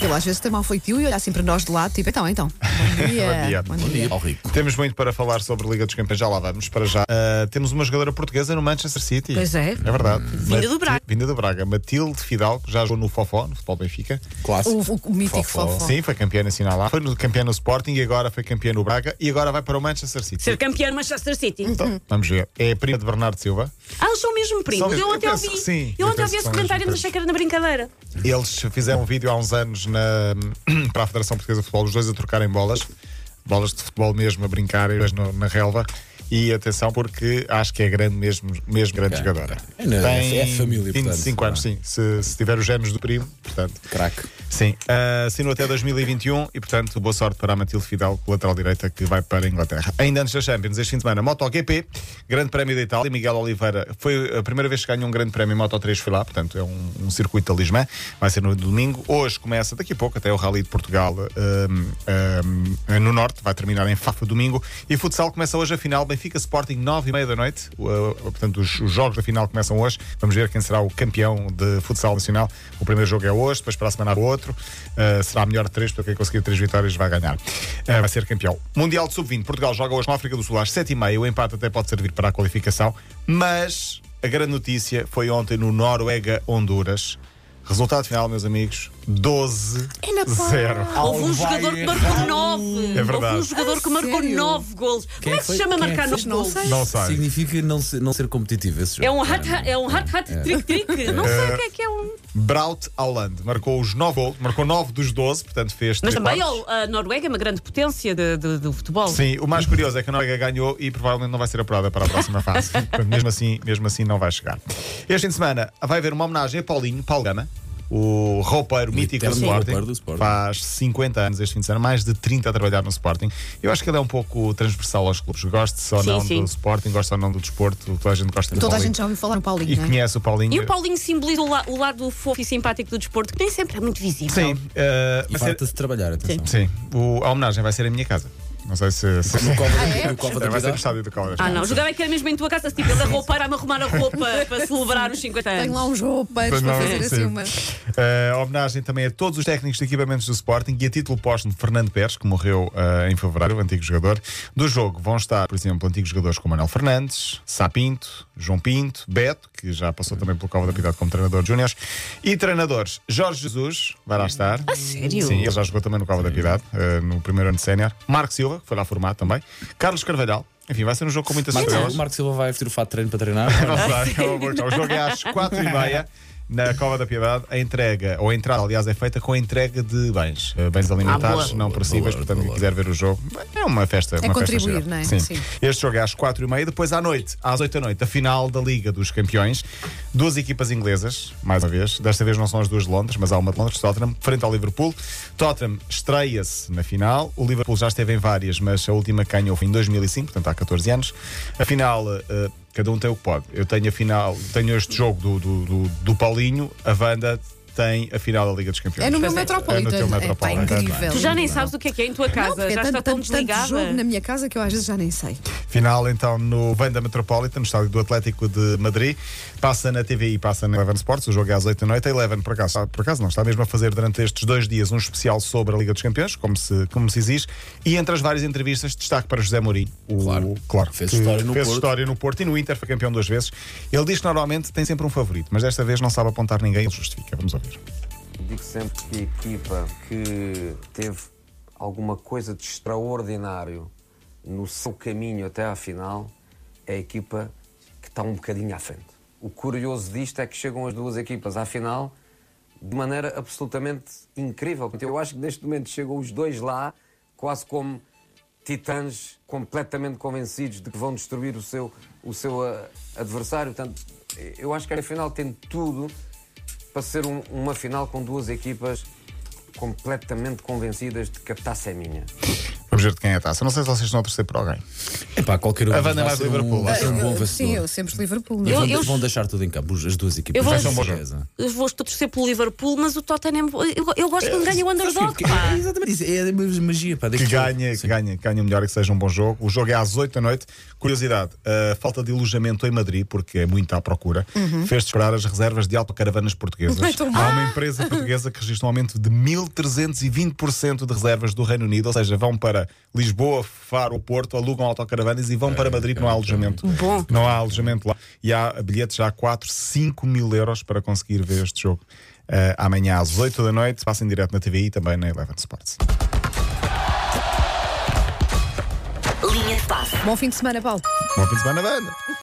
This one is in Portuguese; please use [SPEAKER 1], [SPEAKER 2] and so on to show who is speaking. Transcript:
[SPEAKER 1] Ele às vezes tem mau feitio e olha assim para nós de lado, tipo, então, então. Bom
[SPEAKER 2] É,
[SPEAKER 1] dia. Bom dia.
[SPEAKER 3] Ao rico.
[SPEAKER 4] Temos muito para falar sobre Liga dos Campeões, já lá vamos para já. Ah, temos uma jogadora portuguesa no Manchester City.
[SPEAKER 2] Pois é.
[SPEAKER 4] É verdade.
[SPEAKER 2] Vinda do Braga.
[SPEAKER 4] Vinda do Braga. Matilde Fidalgo, já jogou no Fofó, no Futebol Benfica.
[SPEAKER 3] Clássico.
[SPEAKER 1] O, o- o mítico fofó.
[SPEAKER 4] Sim, foi campeã nacional lá. Foi no- campeã no Sporting e agora foi campeã no Braga e agora vai para o Manchester City.
[SPEAKER 2] Ser campeão do Manchester City.
[SPEAKER 4] Então, vamos ver. É a prima de Bernardo Silva.
[SPEAKER 2] Ah, eles são mesmo primos.
[SPEAKER 4] São-
[SPEAKER 2] eu
[SPEAKER 4] eu
[SPEAKER 2] ontem
[SPEAKER 4] penso
[SPEAKER 2] ouvi.
[SPEAKER 4] que sim. Eu
[SPEAKER 2] Eu ontem
[SPEAKER 4] penso
[SPEAKER 2] ouvi
[SPEAKER 4] que
[SPEAKER 2] esse
[SPEAKER 4] são
[SPEAKER 2] comentário,
[SPEAKER 4] mesmo
[SPEAKER 2] mas achei que era na brincadeira.
[SPEAKER 4] Eles fizeram um vídeo há uns anos na- para a Federação Portuguesa de Futebol, os dois a trocarem bolas, bolas de futebol mesmo, a brincar, e dois no- na relva. E atenção, porque acho que é grande mesmo, mesmo grande
[SPEAKER 3] Ok.
[SPEAKER 4] jogadora.
[SPEAKER 3] É, não, é-
[SPEAKER 4] Tem
[SPEAKER 3] é família,
[SPEAKER 4] 25
[SPEAKER 3] portanto,
[SPEAKER 4] anos, sim. Se, se tiver os géneros do primo, portanto.
[SPEAKER 3] Craque.
[SPEAKER 4] Sim. Ah, assinou até 2021 e, portanto, boa sorte para a Matilde Fidal, com lateral direita que vai para a Inglaterra. Ainda antes da Champions, este fim de semana, MotoGP, Grande Prémio da Itália. Miguel Oliveira foi a primeira vez que ganhou um Grande Prémio em Moto 3 foi lá, portanto, é um, um circuito talismã. Vai ser no domingo. Hoje começa, daqui a pouco, até o Rally de Portugal ahm, ahm, no Norte. Vai terminar em Fafa domingo. E futsal começa hoje a final. Benfica Sporting, 9 e meia da noite. O, ah, portanto, os, os jogos da final começam hoje. Vamos ver quem será o campeão de futsal nacional. O primeiro jogo é hoje, depois para a semana há o outro. Ah, será a melhor de três, porque quem conseguir três vitórias vai ganhar. Ah, vai ser campeão. Mundial de Sub-20. Portugal joga hoje na África do Sul às 7h30. O empate até pode servir para a qualificação. Mas a grande notícia foi ontem no Noruega-Honduras. Resultado final, meus amigos, 12
[SPEAKER 1] É na pá.
[SPEAKER 4] 0.
[SPEAKER 2] Houve um
[SPEAKER 3] Alvaia.
[SPEAKER 2] jogador que marcou nove.
[SPEAKER 4] É verdade.
[SPEAKER 2] Houve um jogador que
[SPEAKER 1] Ah,
[SPEAKER 2] marcou
[SPEAKER 1] sério?
[SPEAKER 2] nove golos. Como é que
[SPEAKER 3] foi?
[SPEAKER 2] se chama
[SPEAKER 3] Quem é
[SPEAKER 2] marcar
[SPEAKER 3] que
[SPEAKER 2] nove
[SPEAKER 1] Não
[SPEAKER 2] golos?
[SPEAKER 1] sei.
[SPEAKER 4] Não sei.
[SPEAKER 3] Significa não ser, não ser competitivo esse jogo.
[SPEAKER 2] É um hat é um hat hat trick trick. Não sei o que é que é um.
[SPEAKER 4] Braut Holland marcou os 9 gols, marcou 9 dos 12, portanto fez três
[SPEAKER 2] Mas também
[SPEAKER 4] quartos.
[SPEAKER 2] ó, a Noruega é uma grande potência de- de- do futebol.
[SPEAKER 4] Sim, o mais curioso é que a Noruega ganhou e provavelmente não vai ser apurada para a próxima fase. Portanto, mesmo assim, mesmo assim não vai chegar. Este fim de semana vai haver uma homenagem a Paulinho, Paulo Gama, o roupeiro mítico do
[SPEAKER 3] eterno
[SPEAKER 4] Sporting.
[SPEAKER 3] roupeiro do Sporting.
[SPEAKER 4] Faz 50 anos este fim de semana, mais de 30 a trabalhar no Sporting. Eu acho que ele é um pouco transversal aos clubes. Gosta ou
[SPEAKER 2] Sim,
[SPEAKER 4] não
[SPEAKER 2] sim.
[SPEAKER 4] do Sporting, gosta ou não do desporto, toda a gente gosta do
[SPEAKER 1] Toda a
[SPEAKER 4] Paulinho.
[SPEAKER 1] gente já ouviu falar no
[SPEAKER 4] E
[SPEAKER 1] Paulinho, não é?
[SPEAKER 4] conhece o Paulinho.
[SPEAKER 2] E o Paulinho simboliza o, la- o lado fofo e simpático do desporto, que nem sempre é muito visível.
[SPEAKER 4] Sim, eh,
[SPEAKER 3] E
[SPEAKER 4] vai ser-
[SPEAKER 3] falta-se trabalhar, atenção.
[SPEAKER 4] sim o- a homenagem vai ser em minha casa. Não sei se. se-
[SPEAKER 3] No Cova
[SPEAKER 2] é?
[SPEAKER 3] da- no Cova da
[SPEAKER 4] É, vai ser no
[SPEAKER 3] Piedade.
[SPEAKER 4] estádio do Caldas.
[SPEAKER 2] Ah, não, jogar é que era mesmo em tua casa, tipo, ele a roupa, a me arrumar a roupa para celebrar os 50
[SPEAKER 1] Tenho
[SPEAKER 2] anos.
[SPEAKER 1] lá uns roupeiros
[SPEAKER 4] Pois não,
[SPEAKER 1] para fazer
[SPEAKER 4] sim.
[SPEAKER 1] assim uma.
[SPEAKER 4] Uh, homenagem também a todos os técnicos de equipamentos do Sporting e a título póstumo Fernando Pérez, que morreu uh, em fevereiro, antigo jogador. Do jogo vão estar, por exemplo, antigos jogadores como Manuel Fernandes, Sá Pinto, João Pinto, Beto, que já passou também pelo Cova da Piedade como treinador de júniores, e treinadores Jorge Jesus, vai lá estar. A
[SPEAKER 2] sério?
[SPEAKER 4] Sim, ele já jogou também no Cova da Piedade, uh, no primeiro ano de sénior. Marco Silva, que foi lá formado também. Carlos Carvalhal. Enfim, vai ser um jogo com muitas
[SPEAKER 3] Marco,
[SPEAKER 4] estrelas.
[SPEAKER 3] Silva- Marco Silva vai vestir o fato de treino para treinar.
[SPEAKER 4] Não sei, é uma boa questão. O jogo é às 4h30 na Cova da Piedade. A entrega, ou a entrada, aliás, é feita com a entrega de bens. eh, Bens alimentares
[SPEAKER 2] boa.
[SPEAKER 4] não perecíveis,
[SPEAKER 3] Valor,
[SPEAKER 4] portanto, quem
[SPEAKER 3] valor.
[SPEAKER 4] quiser ver o jogo, é uma festa. uma festa
[SPEAKER 1] contribuir,
[SPEAKER 4] geral.
[SPEAKER 1] não é?
[SPEAKER 4] Sim.
[SPEAKER 1] Sim.
[SPEAKER 4] Este jogo é às 4h30. Depois, à noite, às 8 da noite, a final da Liga dos Campeões. Duas equipas inglesas, mais uma vez. Desta vez não são as duas de Londres, mas há uma de Londres, Tottenham, frente ao Liverpool. Tottenham estreia-se na final. O Liverpool já esteve em várias, mas a última que ganhou foi em 2005, portanto, há 14 anos. A final. eh, Cada um tem o que pode. Eu tenho a final, tenho este jogo do, do, do, do Paulinho, a Wanda tem a final da Liga dos Campeões.
[SPEAKER 1] É no meu
[SPEAKER 2] Pois é.
[SPEAKER 1] Metropolitano.
[SPEAKER 4] É no teu
[SPEAKER 1] É, pá,
[SPEAKER 4] Metropolitano.
[SPEAKER 1] incrível.
[SPEAKER 2] Tu já nem sabes o que é que é em tua
[SPEAKER 1] Não,
[SPEAKER 2] casa,
[SPEAKER 1] porque é
[SPEAKER 2] já
[SPEAKER 1] tanto,
[SPEAKER 2] está tão
[SPEAKER 1] tanto, tanto
[SPEAKER 2] desligada.
[SPEAKER 1] jogo né? na minha casa que eu às vezes já nem sei.
[SPEAKER 4] Final então no Vanda Metropolitan, no estádio do Atlético de Madrid. Passa na TVI, passa na Eleven Sports. O jogo é às 8 da noite. A Eleven, por acaso, está- por acaso não, está mesmo a fazer durante estes dois dias um especial sobre a Liga dos Campeões, como se, como se exige. E entre as várias entrevistas, destaque para José Mourinho. O,
[SPEAKER 3] Claro. Fez
[SPEAKER 4] que
[SPEAKER 3] história no
[SPEAKER 4] fez
[SPEAKER 3] Porto.
[SPEAKER 4] história no Porto e no Inter, foi campeão duas vezes. Ele diz que normalmente tem sempre um favorito, mas desta vez não sabe apontar ninguém. Ele justifica. Vamos ouvir.
[SPEAKER 5] Digo sempre que a equipa que teve alguma coisa de extraordinário no seu caminho até à final é a equipa que está um bocadinho à frente. O curioso disto é que chegam as duas equipas à final de maneira absolutamente incrível. Portanto, Eu acho que neste momento chegam os dois lá quase como titãs completamente convencidos de que vão destruir o seu, o seu ah, adversário. Portanto, eu acho que a final tem tudo para ser um- uma final com duas equipas completamente convencidas de que a taça é minha.
[SPEAKER 4] Vamos Vamos ver de quem é a taça. Não sei se vocês estão a torcer por alguém.
[SPEAKER 3] Epá, qualquer um.
[SPEAKER 4] A Wanda
[SPEAKER 3] vai
[SPEAKER 4] mais
[SPEAKER 3] ser
[SPEAKER 4] Liverpool,
[SPEAKER 3] Um, vai ser um bom
[SPEAKER 1] Sim, eu
[SPEAKER 3] vencedor.
[SPEAKER 1] sempre Liverpool.
[SPEAKER 3] E
[SPEAKER 1] não é?
[SPEAKER 3] vão,
[SPEAKER 2] Eu- eu-
[SPEAKER 3] vão deixar tudo em campo, os- as duas equipas.
[SPEAKER 2] Eu
[SPEAKER 3] com
[SPEAKER 2] vou- Vai ser um
[SPEAKER 4] bom jogo.
[SPEAKER 3] certeza.
[SPEAKER 2] Eu vou torcer pelo Liverpool, mas o Tottenham. Eu, eu gosto que me ganhe o underdog,
[SPEAKER 3] Porque-
[SPEAKER 2] pá.
[SPEAKER 3] é exatamente isso. É a magia, pá.
[SPEAKER 4] Que
[SPEAKER 3] deste jogo.
[SPEAKER 4] ganha, que
[SPEAKER 3] Sim.
[SPEAKER 4] ganha, que ganha o melhor e que seja um bom jogo. O jogo é às 8 da noite. Curiosidade: a falta de alojamento em Madrid, porque é muita à procura, fez esperar as reservas de autocaravanas portuguesas.
[SPEAKER 1] Ai, tão bom.
[SPEAKER 4] Há uma empresa portuguesa que registra um aumento de 1320% de reservas do Reino Unido, ou seja, vão para Lisboa, Faro, Porto, alugam autocaravanas e vão para Madrid, que não há alojamento.
[SPEAKER 1] Bom.
[SPEAKER 4] Não há alojamento lá. E há bilhetes já a 4, 5 mil euros para conseguir ver este jogo. Eh, amanhã às 8 da noite, passem direto na TVI e também na Eleven Sports.
[SPEAKER 6] Linha de passe.
[SPEAKER 1] Bom fim de semana, Paulo.
[SPEAKER 4] Bom fim de semana, banda!